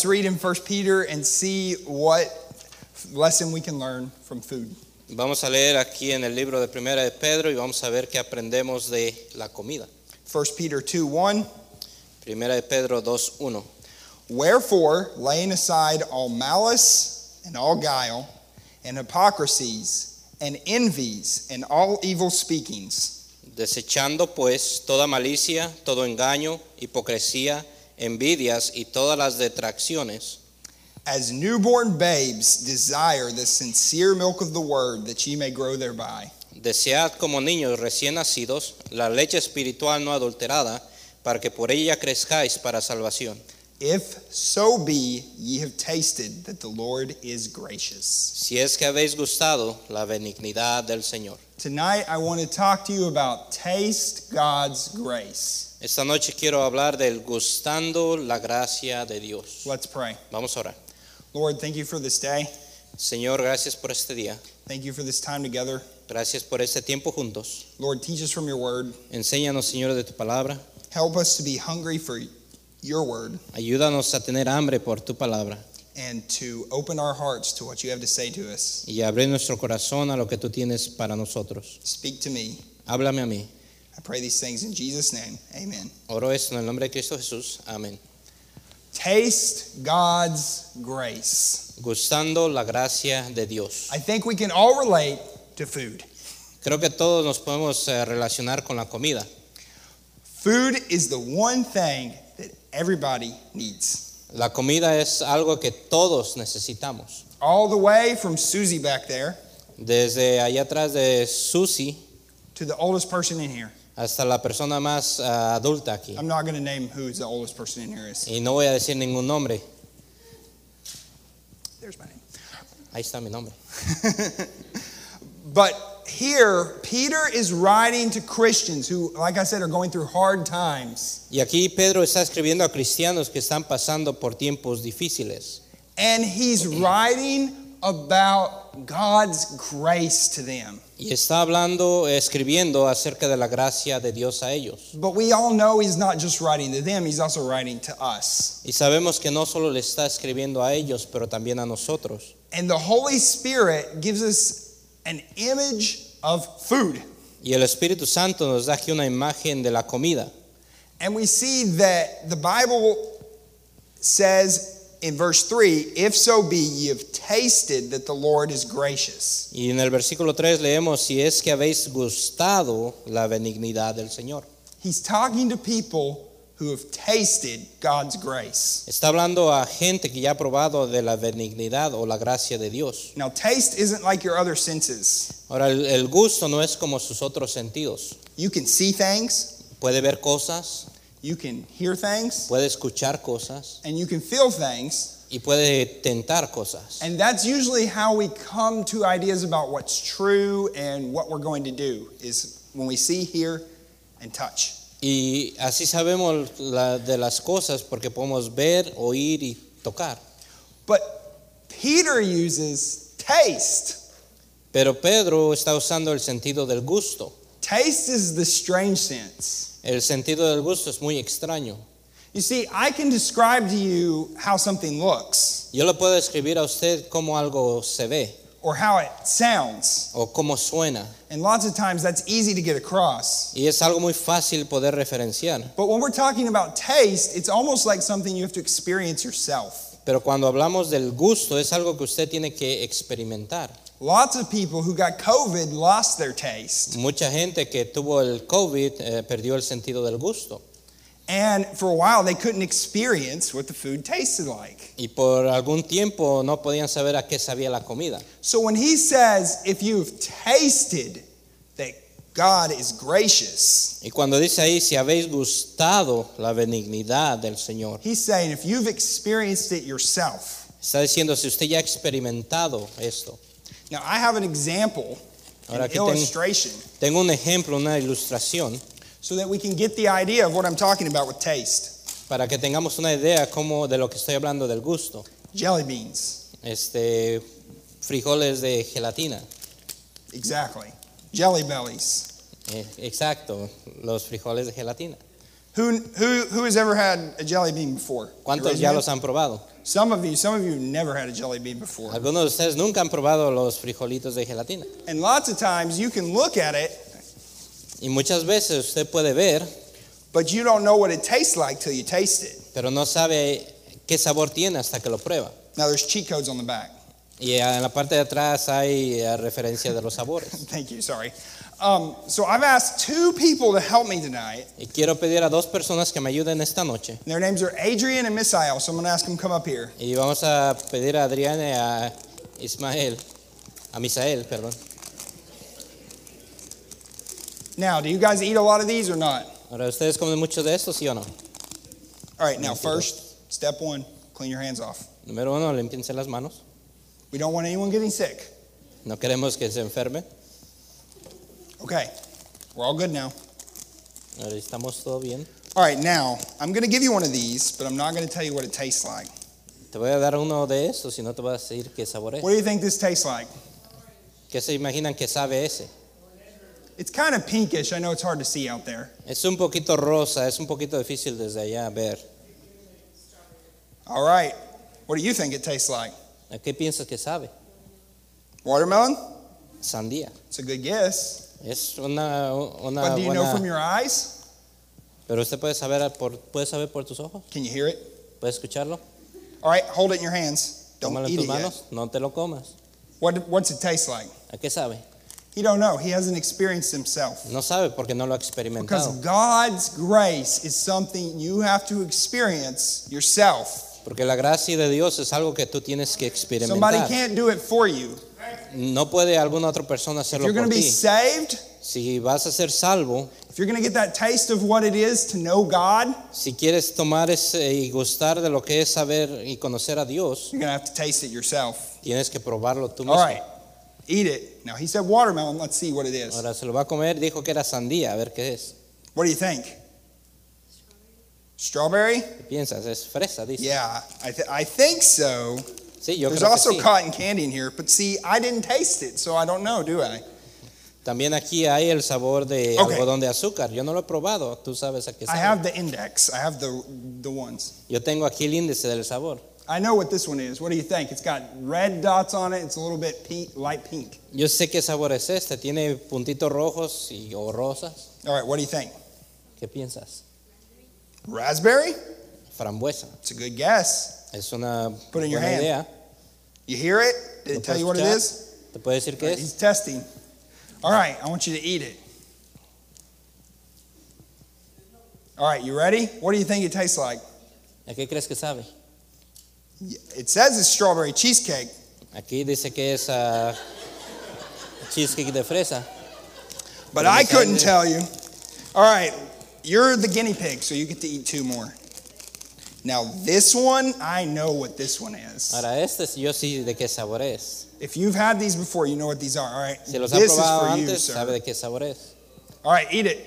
Let's read in 1 Peter and see what lesson we can learn from food. Vamos a leer aquí en el libro de Primera de Pedro y vamos a ver qué aprendemos de la comida. 1 Peter 2 1. Primera de Pedro 2.1. Wherefore, laying aside all malice and all guile and hypocrisies and envies and all evil speakings, Desechando pues toda malicia, todo engaño, hipocresía, envidias y todas las detracciones, as newborn babes desire the sincere milk of the word that ye may grow thereby. desead como niños recién nacidos la leche espiritual no adulterada, para que por ella crezcáis para salvación. If so be ye have tasted that the Lord is gracious. Si es que habéis gustado la benignidad del Señor. Tonight, I want to talk to you about taste God's grace. Esta noche quiero hablar del gustando la gracia de Dios. Let's pray. Vamos a orar. Lord, thank you for this day. Señor, gracias por este día. Thank you for this time together. Gracias por este tiempo juntos. Lord, teach us from your word. Enséñanos, Señor, de tu palabra. Help us to be hungry for your word Ayúdanos a tener hambre por tu palabra and to open our hearts to what you have to say to us. y abrir nuestro corazón a lo que tú tienes para nosotros. Speak to me. Háblame a mí. I pray these things in Jesus' name. Amen. Oro esto en el nombre de Cristo Jesús. Amén. Taste God's grace. Gustando la gracia de Dios. I think we can all relate to food. Creo que todos nos podemos eh, relacionar con la comida. Food is the one thing that everybody needs. La comida es algo que todos necesitamos. all the way from Susie back there Desde allá atrás de Susi to the oldest person in here. hasta la persona más ah, adulta aquí. I'm not going to name who's the oldest person in here is. Y no voy a decir ningún nombre. There's my name. Ahí está mi nombre. But here, Peter is writing to Christians who, like I said, are going through hard times. Y aquí Pedro está escribiendo a cristianos que están pasando por tiempos difíciles. And he's writing about God's grace to them. Y está hablando, escribiendo acerca de la gracia de Dios a ellos. But we all know he's not just writing to them, he's also writing to us. Y sabemos que no solo le está escribiendo a ellos, pero también a nosotros. And the Holy Spirit gives us an image of food. Y el Espíritu Santo nos da aquí una imagen de la comida. And we see that the Bible says in verse 3 if so be ye have tasted that the Lord is gracious. Y en el versículo 3 leemos, si es que habéis gustado la benignidad del Señor. He's talking to people who have tasted God's grace. Está hablando a gente que ya ha probado de la benignidad o la gracia de Dios. Now, taste isn't like your other senses. Ahora, el- el gusto no es como sus otros sentidos. You can see things, Puede ver cosas, you can hear things, puede escuchar cosas and you can feel things. y puede tentar cosas. And that's usually how we come to ideas about what's true and what we're going to do is when we see, hear, and touch. Y así sabemos la- de las cosas porque podemos ver, oír y tocar. But Peter uses taste. Pero Pedro está usando el sentido del gusto. Taste is the strange sense. El sentido del gusto es muy extraño. You see, I can describe to you how something looks Yo le puedo describir a usted cómo algo se ve or how it sounds. o cómo suena. And lots of times that's easy to get across. Y es algo muy fácil poder referenciar. But when we're talking about taste, it's almost like something you have to experience yourself. Pero cuando hablamos del gusto es algo que usted tiene que experimentar. Lots of people who got COVID lost their taste. Mucha gente que tuvo el COVID eh, perdió el sentido del gusto. And for a while, they couldn't experience what the food tasted like. Y por algún tiempo no podían saber a qué sabía la comida. So when he says, if you've tasted that God is gracious, Y cuando dice ahí, si habéis gustado la benignidad del Señor, he's saying, if you've experienced it yourself. está diciendo, si usted ya ha experimentado esto. Now, I have an example, Ahora an aquí tengo, illustration, tengo un ejemplo, una ilustración, so that we can get the idea of what I'm talking about with taste. para que tengamos una idea como de lo que estoy hablando del gusto. Jelly beans, Este, frijoles de gelatina. exactly. Jelly bellies. Eh, Exacto, los frijoles de gelatina. Who, who, who has ever had a jelly bean before? ¿Cuántos Raise ya your los han probado? hand. Some of you, some of you never had a jelly bean before. Algunos de ustedes nunca han probado los frijolitos de gelatina. And lots of times you can look at it, Y muchas veces usted puede ver, but you don't know what it tastes like till you taste it. pero no sabe qué sabor tiene hasta que lo prueba. Now there's cheat codes on the back. Y eh, en la parte de atrás hay eh, referencia de los sabores. Thank you, sorry. Um, so I've asked two people to help me tonight. Y quiero pedir a dos personas que me ayuden esta noche. Their names are Adrian and Misael, so I'm going to ask them to come up here. Y vamos a pedir a Adriana y a Ismael, a Misael, perdón. Now, do you guys eat a lot of these or not? Ahora, ¿ustedes comen mucho de esto, sí o no? All right, now, Yes, we do. first, step one clean your hands off. Número uno, limpiense las manos. We don't want anyone getting sick. No queremos que se enferme. Okay, we're all good now. Ahora estamos todo bien. All right, now, I'm going to give you one of these, but I'm not going to tell you what it tastes like. Te voy a dar uno de estos y no te voy a decir qué sabor es. What do you think this tastes like? ¿Qué se imaginan que sabe ese? It's kind of pinkish. I know it's hard to see out there. Es un poquito rosa, es un poquito difícil desde allá ver. All right, what do you think it tastes like? ¿A qué piensas que sabe? Watermelon? Sandía. It's a good guess. Es una, una But do you know from buena... your eyes? Pero usted puede saber por, puede saber por tus ojos, Can you hear it? puede escucharlo. All right, hold it in your hands. Don't Tómalo en eat tus it yet. manos, no te lo comas. What, what's it taste like? ¿A qué sabe? He don't know. He hasn't experienced himself. No sabe porque no lo ha Because experimentado. God's grace is something you have to experience yourself. Porque la gracia de Dios es algo que tú tienes que Somebody experimentar. can't do it for you. No puede alguna otra persona If hacerlo you're going por to be ti. saved, Si vas a ser salvo, if you're going to get that taste of what it is to know God, si quieres tomar ese y gustar de lo que es saber y conocer a Dios, you're going to have to taste it yourself. tienes que probarlo tú All mismo. right, eat it. Now, he said watermelon. Let's see what it is. Ahora se lo va a comer, dijo que era sandía, a ver qué es. What do you think? Strawberry? ¿Qué piensas? Es fresa, dice. Yeah, I, th- I think so. Sí, yo There's creo que also sí. cotton candy in here, but see, I didn't taste it, so I don't know, do I? También aquí hay el sabor de Ok. algodón de azúcar. Yo no lo he probado. Tú sabes a qué I sabe. have the index. I have the the ones. Yo tengo aquí el índice del sabor. I know what this one is. What do you think? It's got red dots on it. It's a little bit pink, light pink. Yo sé qué sabor es este. Tiene puntitos rojos y, o rosas. All right, what do you think? ¿Qué piensas? Raspberry? Frambuesa. It's a good guess. Es una Put it in your buena hand. idea. You hear it? Did Lo it tell puedes you what it escuchar. is? ¿Te puedo decir qué es? He's testing. All right, I want you to eat it. All right, you ready? What do you think it tastes like? ¿A qué crees que sabe? It says it's strawberry cheesecake. Aquí dice que es ah, cheesecake de fresa. But Pero I no couldn't sabe. tell you. All right, you're the guinea pig, so you get to eat two more. Now, this one, I know what this one is. Ahora, este sí- yo sí de qué sabor es. If you've had these before, you know what these are. All right, Si los this ha is probado for you, antes, sabe sir. de qué sabor es. All right, eat it.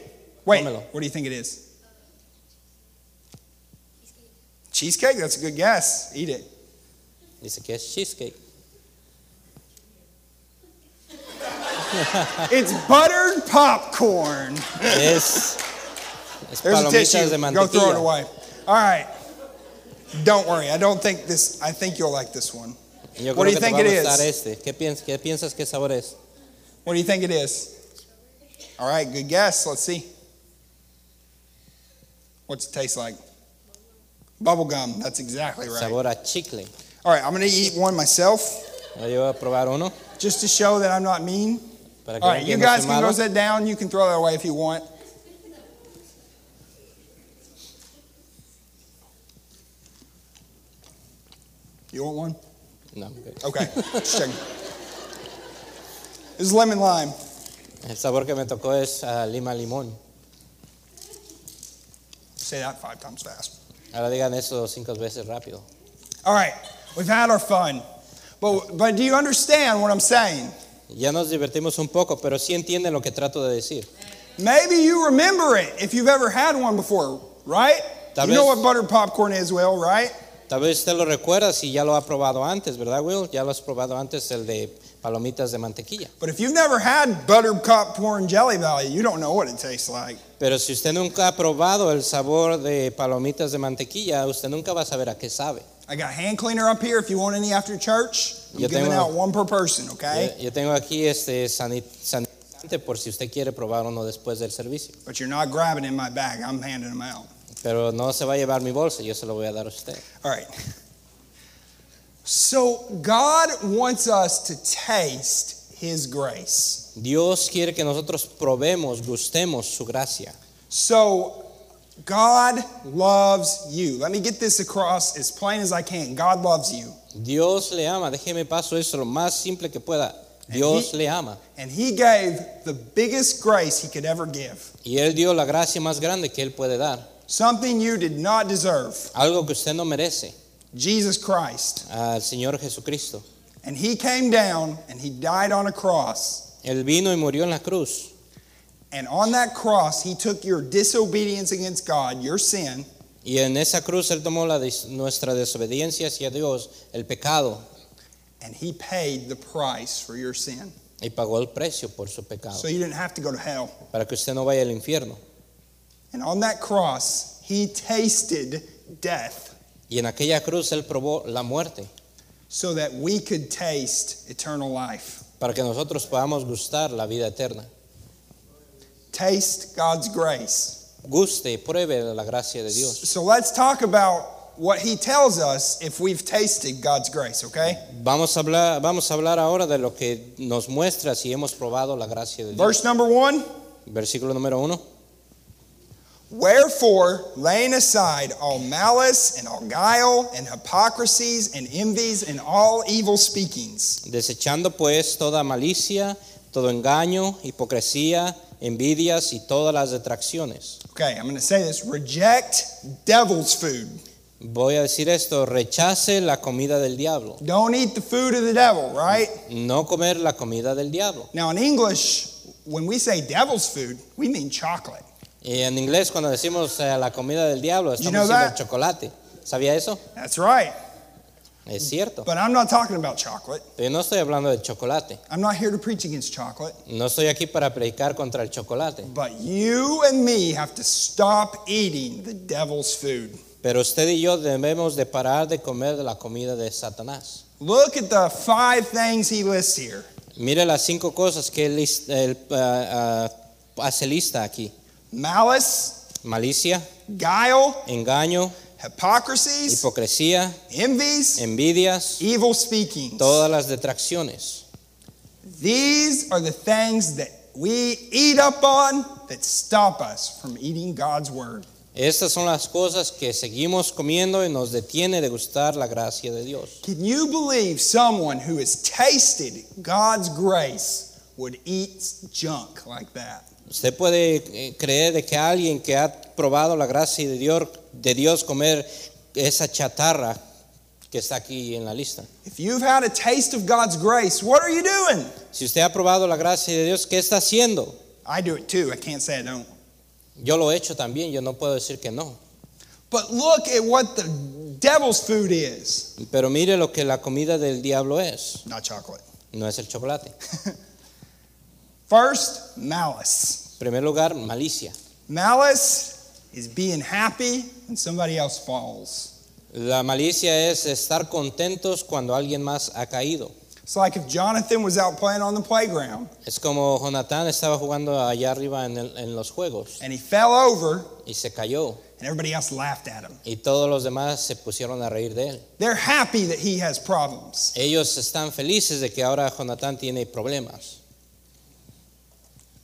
Wait, Cómelo. what do you think it is? Cheesecake? That's a good guess. Eat it. Dice que es cheesecake. It's buttered popcorn. Es, es There's a palomitas de tissue. Go throw it mantequilla. away. All right. Don't worry. I don't think this, I think you'll like this one. Yo What do creo you que te think va a it gustar is? este. ¿Qué piensas, ¿Qué piensas qué sabor es? What do you think it is? All right, good guess. Let's see. What's it taste like? Bubble gum. That's exactly right. Sabor a chicle. All right, I'm going to eat one myself Ahora Yo voy a probar uno just to show that I'm not mean. para que All vean right, que you no guys soy can go malo. sit down. You can throw that away if you want. You want one? No, ok. Okay. just checking. This is lemon lime. El sabor que me tocó es ah, lima limón. Say that five times fast. Ahora digan eso cinco veces rápido. All right, we've had our fun. But, but do you understand what I'm saying? Ya nos divertimos un poco, pero sí entienden lo que trato de decir. Maybe you remember it if you've ever had one before, right? Tal you know vez. what buttered popcorn is, Will, right? Tal vez usted lo recuerda si ya lo ha probado antes, ¿verdad, Will? Ya lo has probado antes, el de palomitas de mantequilla. But if you've never had buttered popcorn jelly belly, you don't know what it tastes like. Pero si usted nunca ha probado el sabor de palomitas de mantequilla, usted nunca va a saber a qué sabe. I got hand cleaner up here if you want any after church. I'm Yo giving tengo- out one per person, okay? Yo, yo tengo aquí este sani- sanitizante por si usted quiere probar uno después del servicio. But you're not grabbing in my bag. I'm handing them out. Pero no se va a llevar mi bolsa, yo se lo voy a dar a usted. All right. So God wants us to taste His grace. Dios quiere que nosotros probemos, gustemos su gracia. So God loves you. Let me get this across as plain as I can. God loves you. Dios le ama, déjeme paso eso lo más simple que pueda. Dios le ama. And He gave the biggest grace He could ever give. Y Él dio la gracia más grande que Él puede dar. Something you did not deserve. Algo que usted no merece. Jesus Christ. Al Señor Jesucristo. And He came down and He died on a cross. Él vino y murió en la cruz. And on that cross, He took your disobedience against God, your sin, Y en esa cruz Él tomó la des- nuestra desobediencia hacia Dios, el pecado, and he paid the price for your sin. y pagó el precio por su pecado. So you didn't have to go to hell. para que usted no vaya al infierno. And on that cross, he tasted death Y en aquella cruz Él probó la muerte so that we could taste eternal life. para que nosotros podamos gustar la vida eterna. Taste God's grace. Guste, pruebe la gracia de Dios. So let's talk about what he tells us if we've tasted God's grace, okay? Vamos a hablar, vamos a hablar ahora de lo que nos muestra si hemos probado la gracia de Dios. Verse number one Versículo número uno. Wherefore, laying aside all malice and all guile and hypocrisies and envies and all evil speakings. Desechando pues toda malicia, todo engaño, hipocresía, envidias y todas las detracciones. Okay, I'm going to say this reject devil's food. Voy a decir esto, rechace la comida del diablo. Don't eat the food of the devil, right? No comer la comida del diablo. Now, in English, when we say devil's food, we mean chocolate. Y en inglés cuando decimos eh, la comida del diablo, You estamos know diciendo that? chocolate. ¿Sabía eso? That's right. Es cierto. But I'm not talking about chocolate. Yo no estoy hablando del chocolate. I'm not here to preach against chocolate. No estoy aquí para predicar contra el chocolate. But you and me have to stop eating the devil's food. Pero usted y yo debemos de parar de comer de la comida de Satanás. Look at the five things he lists here Mire las cinco cosas que él, lis- él, ah, ah, hace lista aquí. malice, Malicia, guile, engaño, hypocrisies, hipocresía, envies, envidias, evil speakings. todas las detracciones. These are the things that we eat up on that stop us from eating God's word. Estas son las cosas que seguimos comiendo y nos detiene de gustar la gracia de Dios. Can you believe someone who has tasted God's grace would eat junk like that? Usted puede eh, creer de que alguien que ha probado la gracia de Dios, de Dios comer esa chatarra que está aquí en la lista. If you've had a taste of God's grace, what are you doing? Si usted ha probado la gracia de Dios, ¿qué está haciendo? I do it too. I can't say I don't. Yo lo he hecho también, yo no puedo decir que no. But look at what the devil's food is. Pero mire lo que la comida del diablo es, Not chocolate. no es el chocolate. First, malice. En primer lugar, malicia. Malice is being happy when somebody else falls. La malicia es estar contentos cuando alguien más ha caído. It's like if Jonathan was out playing on the playground Es como Jonatán estaba jugando allá arriba en, el- en los juegos and he fell over y se cayó and everybody else laughed at him. y todos los demás se pusieron a reír de él. They're happy that he has problems. Ellos están felices de que ahora Jonatán tiene problemas.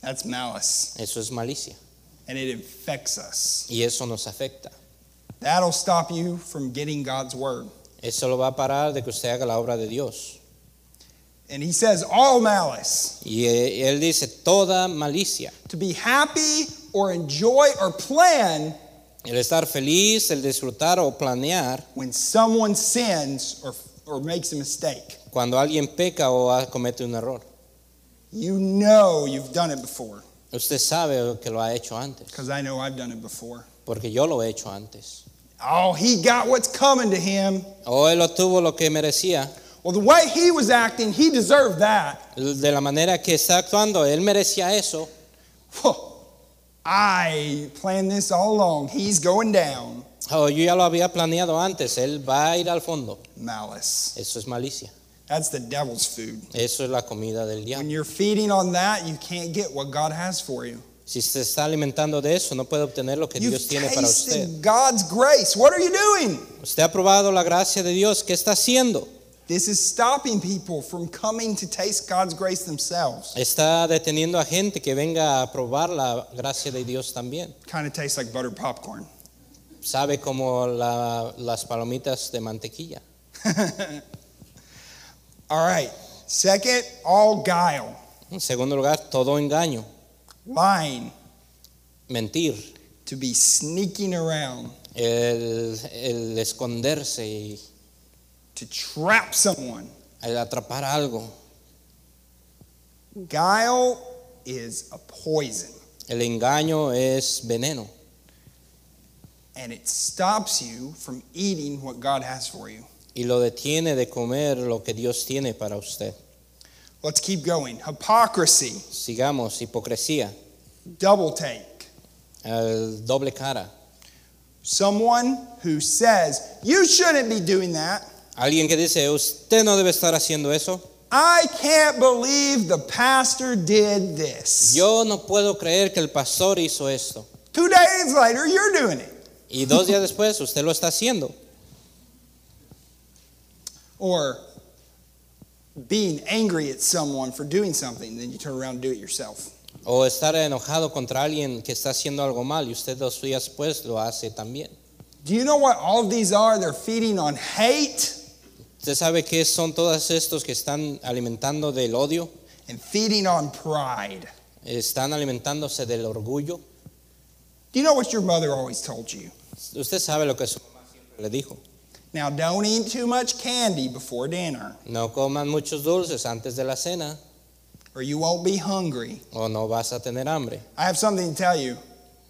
That's malice Eso es malicia. and it infects us. Y eso nos afecta. That'll stop you from getting God's word. Eso lo va a parar de que usted haga la obra de Dios. And he says, all malice, Y eh, él dice, toda malicia. to be happy or enjoy or plan El estar feliz, el disfrutar o planear when someone sins or, or makes a mistake. cuando alguien peca o ha- comete un error. You know you've done it before Usted sabe que lo ha hecho antes, because I know I've done it before. porque yo lo he hecho antes. Oh, he got what's coming to him. O él obtuvo lo que merecía. Well, the way he was acting, he deserved that. De la manera que está actuando, él merecía eso. Whoa, I planned this all along. He's going down. Oh, yo ya lo había planeado antes. Él va a ir al fondo. Malice. Eso es malicia. That's the devil's food. Eso es la comida del When diablo. you're feeding on that, you can't get what God has for you. Si se está alimentando de eso, no puede obtener lo que You've Dios tiene para usted. tasted God's grace. What are you doing? Usted ha probado la gracia de Dios. ¿Qué está haciendo? This is stopping people from coming to taste God's grace themselves. Está deteniendo a gente que venga a probar la gracia de Dios también. Kind of tastes like buttered popcorn. Sabe como la- las palomitas de mantequilla. All right. Second, all guile, En segundo lugar, todo engaño, lying, mentir, to be sneaking around, el, el esconderse y to trap someone. el atrapar algo. Guile is a poison, El engaño es veneno and it stops you from eating what God has for you. y lo detiene de comer lo que Dios tiene para usted. Let's keep going. Hypocrisy, Sigamos, hipocresía, double take. el doble cara. Someone who says, You shouldn't be doing that. Alguien que dice, usted no debe estar haciendo eso. I can't believe the pastor did this. Yo no puedo creer que el pastor hizo esto. Two days later, you're doing it. Y dos días después usted lo está haciendo. Or being angry at someone for doing something, then you turn around and do it yourself. O estar enojado contra alguien que está haciendo algo mal y usted dos días después lo hace también. Do you know what all of these are? They're feeding on hate Usted sabe que son todos estos que están alimentando del odio, and feeding on pride. están alimentándose del orgullo. Do you know what your mother always told you? Usted sabe lo que su mamá siempre le dijo. Now, don't eat too much candy before dinner, No coman muchos dulces antes de la cena or you won't be hungry. o no vas a tener hambre. I have something to tell you.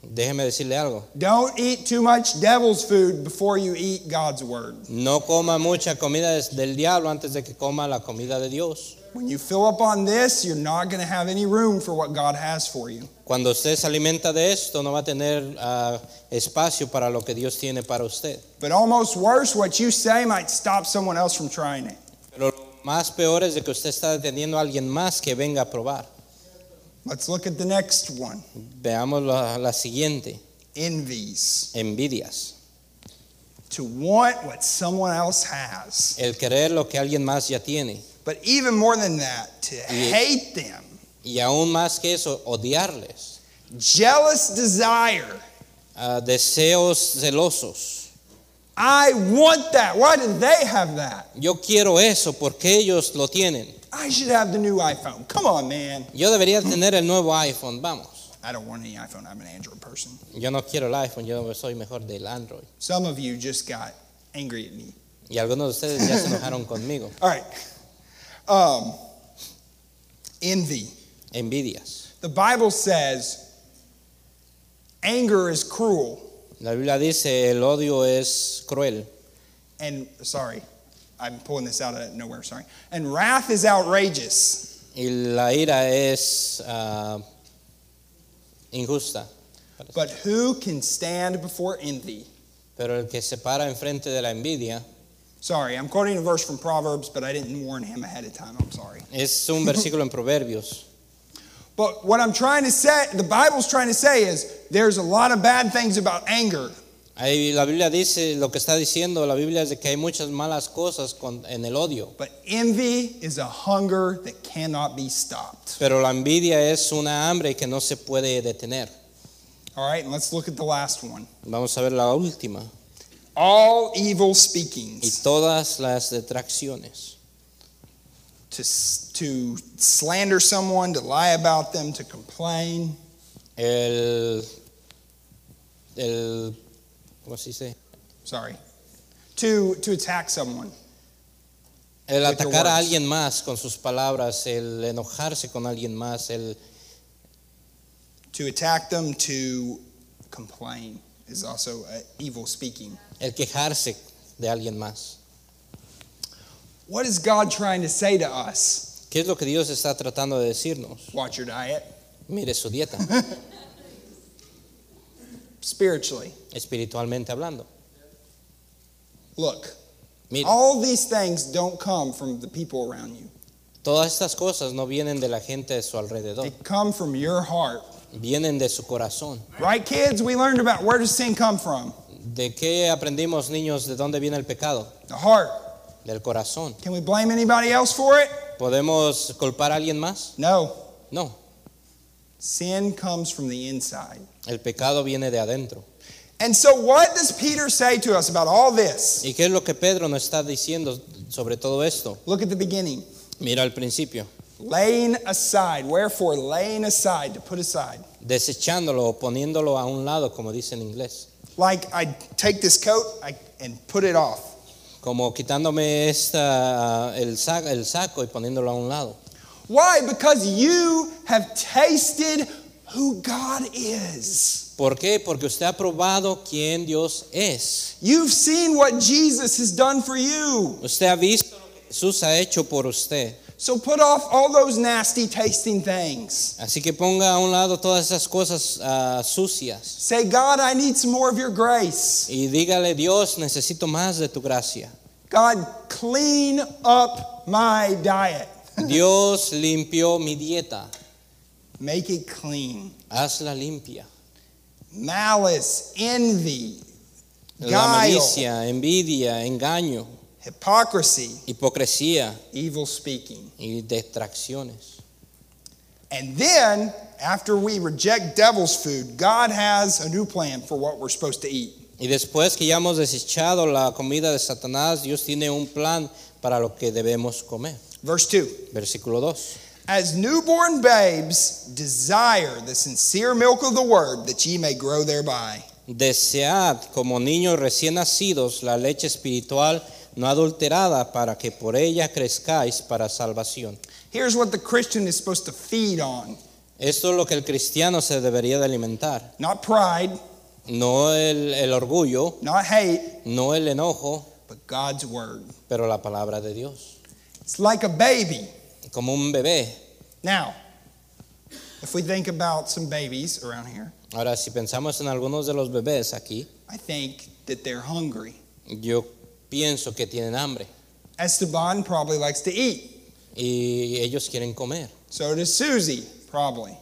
Déjeme decirle algo. Don't eat too much devil's food before you eat God's word. No coma mucha comida des- del diablo antes de que coma la comida de Dios. When you fill up on this, you're not going to have any room for what God has for you. Cuando usted se alimenta de esto, no va a tener ah, espacio para lo que Dios tiene para usted. But almost worse, what you say might stop someone else from trying it. Pero lo más peor es de que usted está deteniendo a alguien más que venga a probar. Let's look at the next one Veamos la, la siguiente, envies. envidias. To want what someone else has. El querer lo que alguien más ya tiene. But even more than that, to hate them. Y aún más que eso, odiarles. Jealous desire. Ah, deseos celosos. I want that. Why do they have that? Yo quiero eso porque ellos lo tienen. I should have the new iPhone. Come on, man. Yo debería tener el nuevo iPhone, vamos. I don't want any iPhone. I'm an Android person. Yo no quiero el iPhone, yo soy mejor del Android. Some of you just got angry at me. Y algunos de ustedes ya se enojaron conmigo. All right. Um, envy. Envidias. The Bible says anger is cruel. La Biblia dice, el odio es cruel. And, sorry, I'm pulling this out of nowhere, sorry. And wrath is outrageous. Y la ira es ah, injusta. But who can stand before envy? Pero el que se para enfrente de la envidia Sorry, I'm quoting a verse from Proverbs, but I didn't warn him ahead of time. I'm sorry. es un versículo en Proverbios. But what I'm trying to say, the Bible's trying to say is there's a lot of bad things about anger. Ahí la Biblia dice, lo que está diciendo la Biblia es de que hay muchas malas cosas con- en el odio. But envy is a hunger that cannot be stopped. Pero la envidia es una hambre que no se puede detener. All right, and let's look at the last one. Vamos a ver la última. All evil Y speakings todas las detracciones. to, s- to slander someone, to lie about them, to complain, El, el, ¿cómo se dice? sorry, to, to attack someone. El With your atacar a words. alguien más con sus palabras, el enojarse con alguien más, el To attack them, to complain is also uh, evil speaking. el quejarse de alguien más. What is God trying to say to us? ¿Qué es lo que Dios está tratando de decirnos? Watch your diet Mire su dieta, spiritually. espiritualmente hablando. Look, Mira, all these things don't come from the people around you. todas estas cosas no vienen de la gente de su alrededor, They come from your heart. vienen de su corazón. Right, kids? We learned about where does sin come from? ¿De qué aprendimos, niños, de dónde viene el pecado? The heart. Del corazón. Can we blame anybody else for it? ¿Podemos culpar a alguien más? No. No, Sin comes from the inside. el pecado viene de adentro. And so, what does Peter say to us about all this? ¿Y qué es lo que Pedro nos está diciendo sobre todo esto? Look at the beginning. Mira al principio, Laying aside. Wherefore, laying aside, to put aside. desechándolo o poniéndolo a un lado, como dice en inglés. Like, I take this coat I, and put it off. Como quitándome esta, el, sa- el saco y poniéndolo a un lado. Why? Because you have tasted who God is. ¿Por qué? Porque usted ha probado quién Dios es. You've seen what Jesus has done for you. Usted ha visto lo que Jesús ha hecho por usted. So put off all those nasty tasting things. Así que ponga a un lado todas esas cosas ah, sucias Say, God, I need some more of your grace. y dígale, Dios, necesito más de tu gracia. God, clean up my diet. Dios limpió mi dieta, Make it clean. hazla limpia. Malice, envy, La Guile. malicia, envidia, engaño, hypocrisy, hipocresía evil speaking. y distracciones. And then, after we reject devil's food, God has a new plan for what we're supposed to eat. Y después que ya hemos desechado la comida de Satanás, Dios tiene un plan para lo que debemos comer. Verse 2. Versículo 2. As newborn babes, desire the sincere milk of the word that ye may grow thereby. Desead como niños recién nacidos la leche espiritual no adulterada para que por ella crezcáis para salvación. Here's what the Christian is supposed to feed on Esto es lo que el cristiano se debería de alimentar. not pride, No el, el orgullo, not hate, no el enojo, but God's word. pero la palabra de Dios. It's like a baby. Como un bebé. Now, if we think about some babies around here, Ahora, si pensamos en algunos de los bebés aquí, I think that they're hungry. yo pienso que tienen hambre Esteban probably likes to eat. y ellos quieren comer. So does Susie, probably.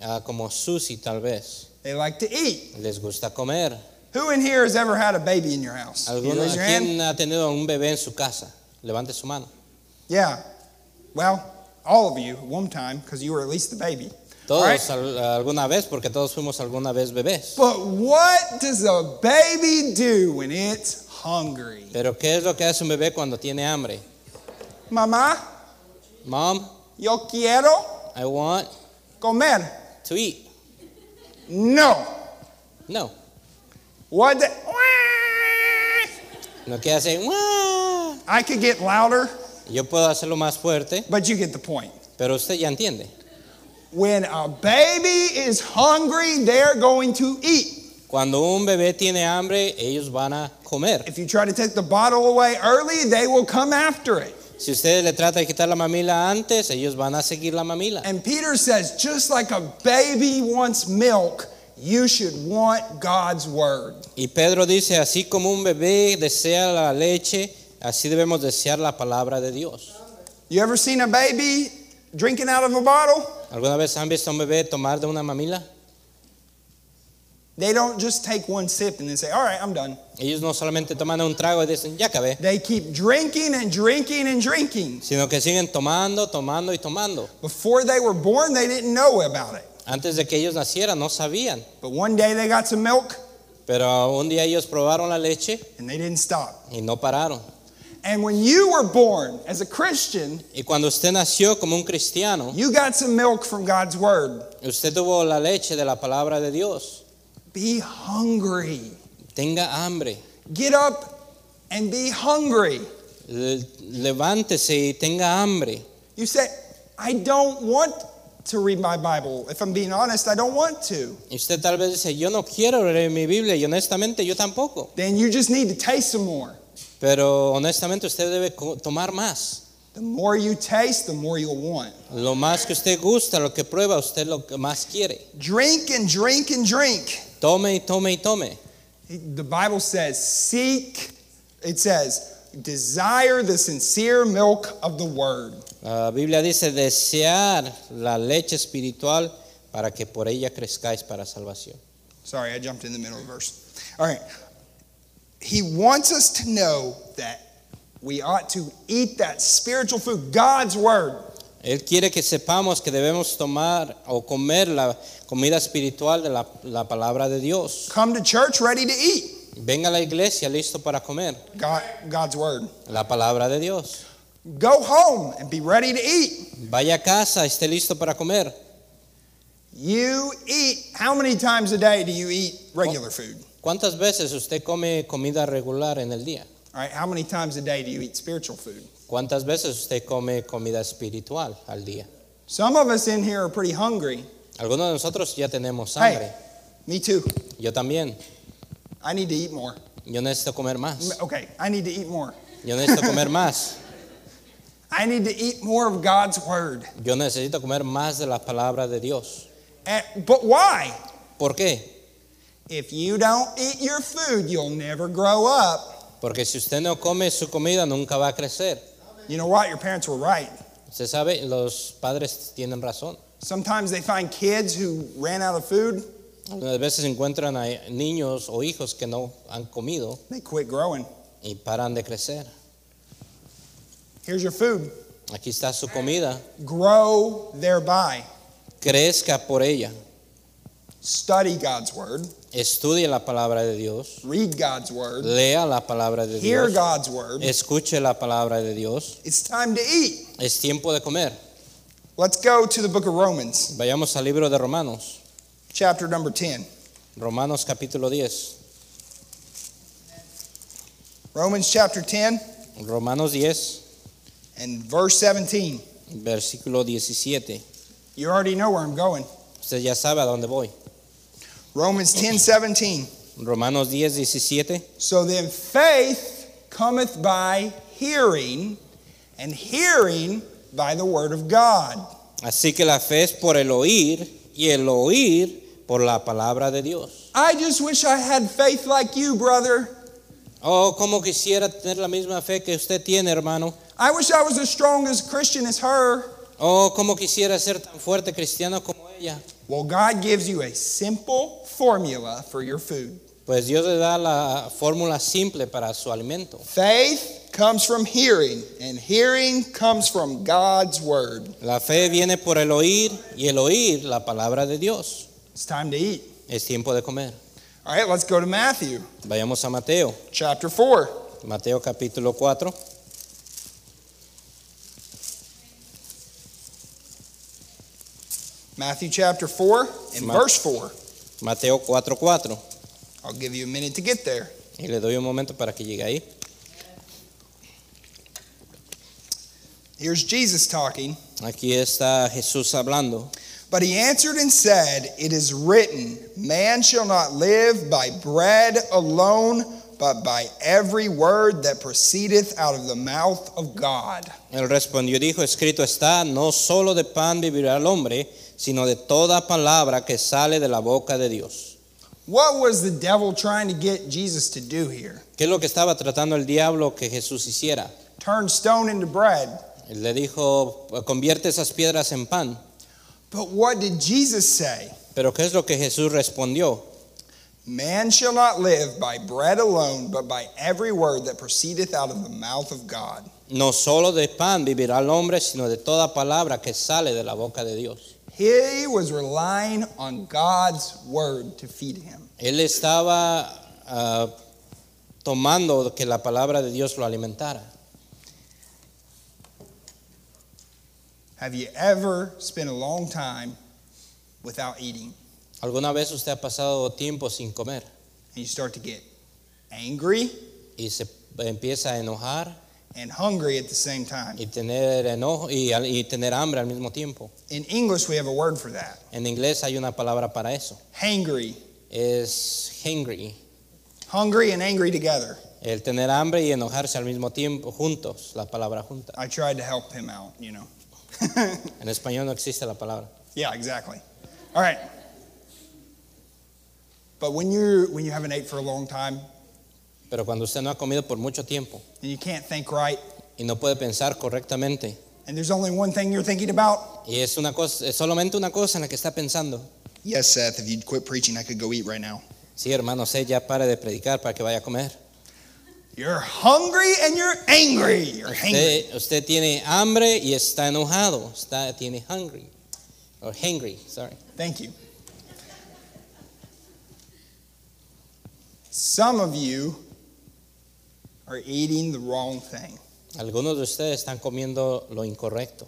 Ah, como Susi tal vez, They like to eat. les gusta comer. Who in here has ever had a baby in your house? Can you ¿Alguno, raise your hand? ¿Quién ha tenido a un bebé en su casa? Levante su mano. Yeah. Well, all of you at one time, because you were at least the baby. Todos Alright. al- alguna vez, porque todos fuimos alguna vez bebés. But what does a baby do when it's hungry? Pero ¿qué es lo que hace un bebé cuando tiene hambre? Mamá, Mom, yo quiero I want comer. to eat. No. No. What? The, Lo que hace, "Wah". I could get louder, yo puedo hacerlo más fuerte, but you get the point. pero usted ya entiende. When a baby is hungry, they're going to eat. Cuando un bebé tiene hambre, ellos van a comer. If you try to take the bottle away early, they will come after it. Si ustedes le tratan de quitar la mamila antes, ellos van a seguir la mamila. And Peter says, just like a baby wants milk, you should want God's word. Y Pedro dice, así como un bebé desea la leche, así debemos desear la palabra de Dios. You ever seen a baby drinking out of a bottle? ¿Alguna vez han visto a un bebé tomar de una mamila? They don't just take one sip and then say, all right, I'm done. Ellos no solamente toman un trago y dicen, ya acabé, They keep drinking and drinking and drinking. sino que siguen tomando, tomando y tomando. Before they were born, they didn't know about it. Antes de que ellos nacieran, no sabían. But one day they got some milk Pero un día ellos probaron la leche and they didn't stop. y no pararon. And when you were born as a Christian, Y cuando usted nació como un cristiano, you got some milk from God's word. usted tuvo la leche de la palabra de Dios. Be hungry. Tenga hambre, Get up and be hungry. Le- levántese y tenga hambre. You say, I don't want to read my Bible. If I'm being honest, I don't want to. Y usted tal vez dice, yo no quiero leer mi Biblia y honestamente yo tampoco. Then you just need to taste some more. Pero honestamente usted debe co- tomar más. The more you taste, the more you'll want. Lo más que usted gusta, lo que prueba, usted lo que más quiere. Drink and drink and drink. Tome y tome y tome. The Bible says, seek It says, desire the sincere milk of the word. La Biblia dice, desear la leche espiritual para que por ella crezcáis para salvación. Sorry, I jumped in the middle of the verse. All right. He wants us to know that we ought to eat that spiritual food, God's word. Él quiere que sepamos que debemos tomar o comer la comida espiritual de la, la palabra de Dios. Come to church ready to eat, Venga a la iglesia listo para comer God, God's word. la palabra de Dios. Go home and be ready to eat. Vaya a casa, esté listo para comer. You eat, how many times a day do you eat regular food? ¿Cuántas veces usted come comida regular en el día? All right, how many times a day do you eat spiritual food? ¿Cuántas veces usted come comida espiritual al día? Some of us in here are pretty hungry. Algunos de nosotros ya tenemos hambre. Me too. Yo también. I need to eat more. Yo necesito comer más. Okay, I need to eat more. Yo necesito comer más. I need to eat more of God's word. Yo necesito comer más de la palabra de Dios. And- but why? ¿Por qué? If you don't eat your food, you'll never grow up. Porque si usted no come su comida nunca va a crecer. You know what? Your parents were right. Usted sabe, los padres tienen razón. Sometimes they find kids who ran out of food, Algunas veces encuentran a niños o hijos que no han comido they quit growing. y paran de crecer. Here's your food. Aquí está su comida. Grow thereby. Crezca por ella. Study God's word, Estudie la palabra de Dios. read God's word, Lea la palabra de hear Dios. God's word. Escuche la palabra de Dios. It's time to eat. Es tiempo de comer. Let's go to the book of Romans, Vayamos al libro de Romanos. chapter number 10. Romanos capítulo 10. Romans chapter 10 Romanos 10, and verse 17. versículo 17. You already know where I'm going. Usted ya sabe a dónde voy. Romans 10 17. Romanos 10, 17. So then faith cometh by hearing, and hearing by the word of God. Así que la fe es por el oír y el oír por la palabra de Dios. I just wish I had faith like you, brother. Oh, cómo quisiera tener la misma fe que usted tiene, hermano. I wish I was as strong as Christian as her. Oh, cómo quisiera ser tan fuerte cristiano como ella. Well, God gives you a simple formula for your food. Pues Dios le da la fórmula simple para su alimento. Faith comes from hearing, and hearing comes from God's word. La fe viene por el oír y el oír la palabra de Dios. It's time to eat. Es tiempo de comer. All right, let's go to Matthew Vayamos a Mateo, chapter 4. Mateo capítulo 4. Matthew chapter 4 and Matthew. verse 4. Mateo 4:4. I'll give you a minute to get there. Y le doy un momento para que llegue ahí. Here's Jesus talking. Aquí está Jesús hablando. But he answered and said, It is written, Man shall not live by bread alone, but by every word that proceedeth out of the mouth of God. Él respondió y dijo, escrito está, no solo de pan vivirá el hombre, sino de toda palabra que sale de la boca de Dios. What was the devil trying to get Jesus to do here? ¿Qué es lo que estaba tratando el diablo que Jesús hiciera? Turn stone into bread. Él le dijo, convierte esas piedras en pan. But what did Jesus say? Pero ¿qué es lo que Jesús respondió? Man shall not live by bread alone, but by every word that proceedeth out of the mouth of God. No solo de pan vivirá el hombre, sino de toda palabra que sale de la boca de Dios. He was relying on God's word to feed him. Él estaba ah, tomando que la palabra de Dios lo alimentara. Have you ever spent a long time without eating? ¿Alguna vez usted ha pasado tiempo sin comer And you start to get angry y se empieza a enojar and hungry at the same time. y tener enojo y, al- y tener hambre al mismo tiempo? In English, we have a word for that En inglés hay una palabra para eso. hangry. Es hungry. Hungry and angry together. El tener hambre y enojarse al mismo tiempo juntos, la palabra junta. I tried to help him out, you know. En español no existe la palabra. yeah, exactly. All right. But when you when you haven't ate for a long time, Pero cuando usted no ha comido por mucho tiempo and you can't think right, y no puede pensar correctamente, and there's only one thing you're thinking about, y es una cosa, es solamente una cosa en la que está pensando. yes, Seth, if you'd quit preaching, I could go eat right now. Sí, hermano, sé ya pare de predicar para que vaya a comer. You're hungry and you're angry. You're hangry. Usted, usted tiene hambre y está enojado. Está, tiene hungry. O hangry, sorry. Thank you. Some of you are eating the wrong thing, Algunos de ustedes están comiendo lo incorrecto,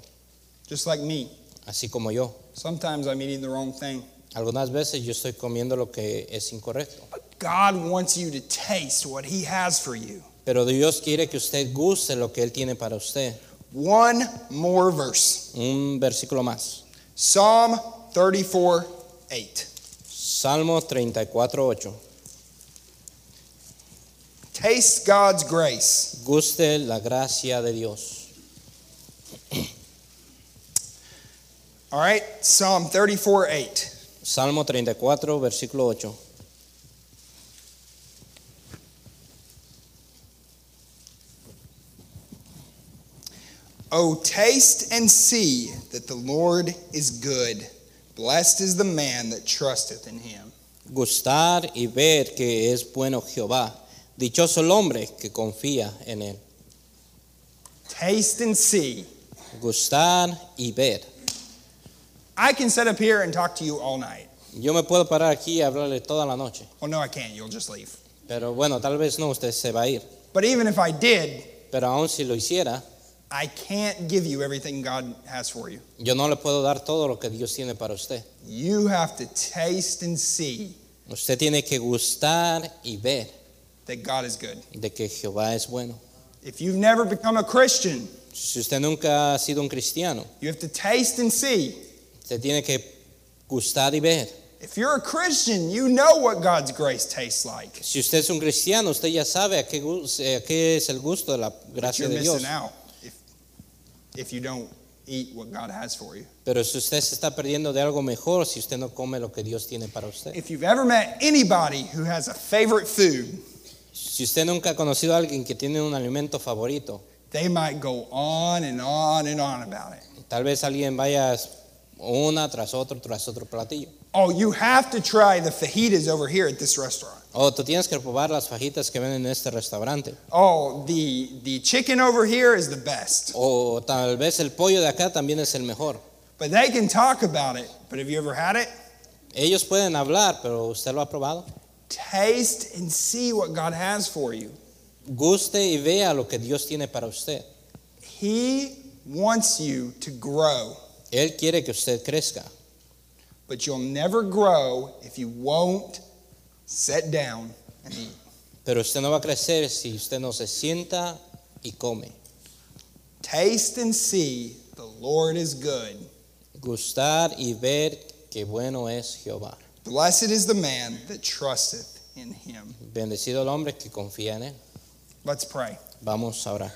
just like me. así como yo. Sometimes I'm eating the wrong thing. Algunas veces yo estoy comiendo lo que es incorrecto. But God wants you to taste what He has for you. Pero Dios quiere que usted guste lo que Él tiene para usted. One more verse Un versículo más. Psalm 34 8. Salmo 34, 8. Taste God's grace. Guste la gracia de Dios. All right, Psalm 34 8. Salmo 34, versículo 8. Oh, taste and see that the Lord is good. Blessed is the man that trusteth in him. Gustar y ver que es bueno Jehová. Dichoso el hombre que confía en Él. Taste and see. Gustar y ver. I can sit up here and talk to you all night. Yo me puedo parar aquí y hablarle toda la noche. Well, no, I can't. You'll just leave. Pero bueno, tal vez no, usted se va a ir. But even if I did, Pero aun si lo hiciera, I can't give you everything God has for you. yo no le puedo dar todo lo que Dios tiene para usted. You have to taste and see Usted tiene que gustar y ver that God is good. de que Jehová es bueno. If you've never become a Christian, Si usted nunca ha sido un cristiano, you have to taste and see. usted tiene que gustar y ver. If you're a Christian, you know what God's grace tastes like. Si usted es un cristiano, usted ya sabe a qué, gus- eh, a qué es el gusto de la But gracia you're de Dios. missing out if, if you don't eat what God has for you. Pero si usted se está perdiendo de algo mejor, si usted no come lo que Dios tiene para usted. If you've ever met anybody who has a favorite food, Si usted nunca ha conocido a alguien que tiene un alimento favorito, they might go on and on and on about it. tal vez alguien vaya una tras otro, tras otro platillo. Oh, you have to try the fajitas over here at this restaurant. Oh, tú tienes que probar las fajitas que venden en este restaurante. Oh, the the chicken over here is the best. O tal vez el pollo de acá también es el mejor. But they can talk about it. But have you ever had it? Ellos pueden hablar, pero usted lo ha probado. Taste and see what God has for you. Guste y vea lo que Dios tiene para usted. He wants you to grow, Él quiere que usted crezca, but you'll never grow if you won't sit down and eat. pero usted no va a crecer si usted no se sienta y come. Taste and see the Lord is good. Gustar y ver que bueno es Jehová. Blessed is the man that trusteth in him. Bendecido el hombre que confía en él. Let's pray. Vamos ahora.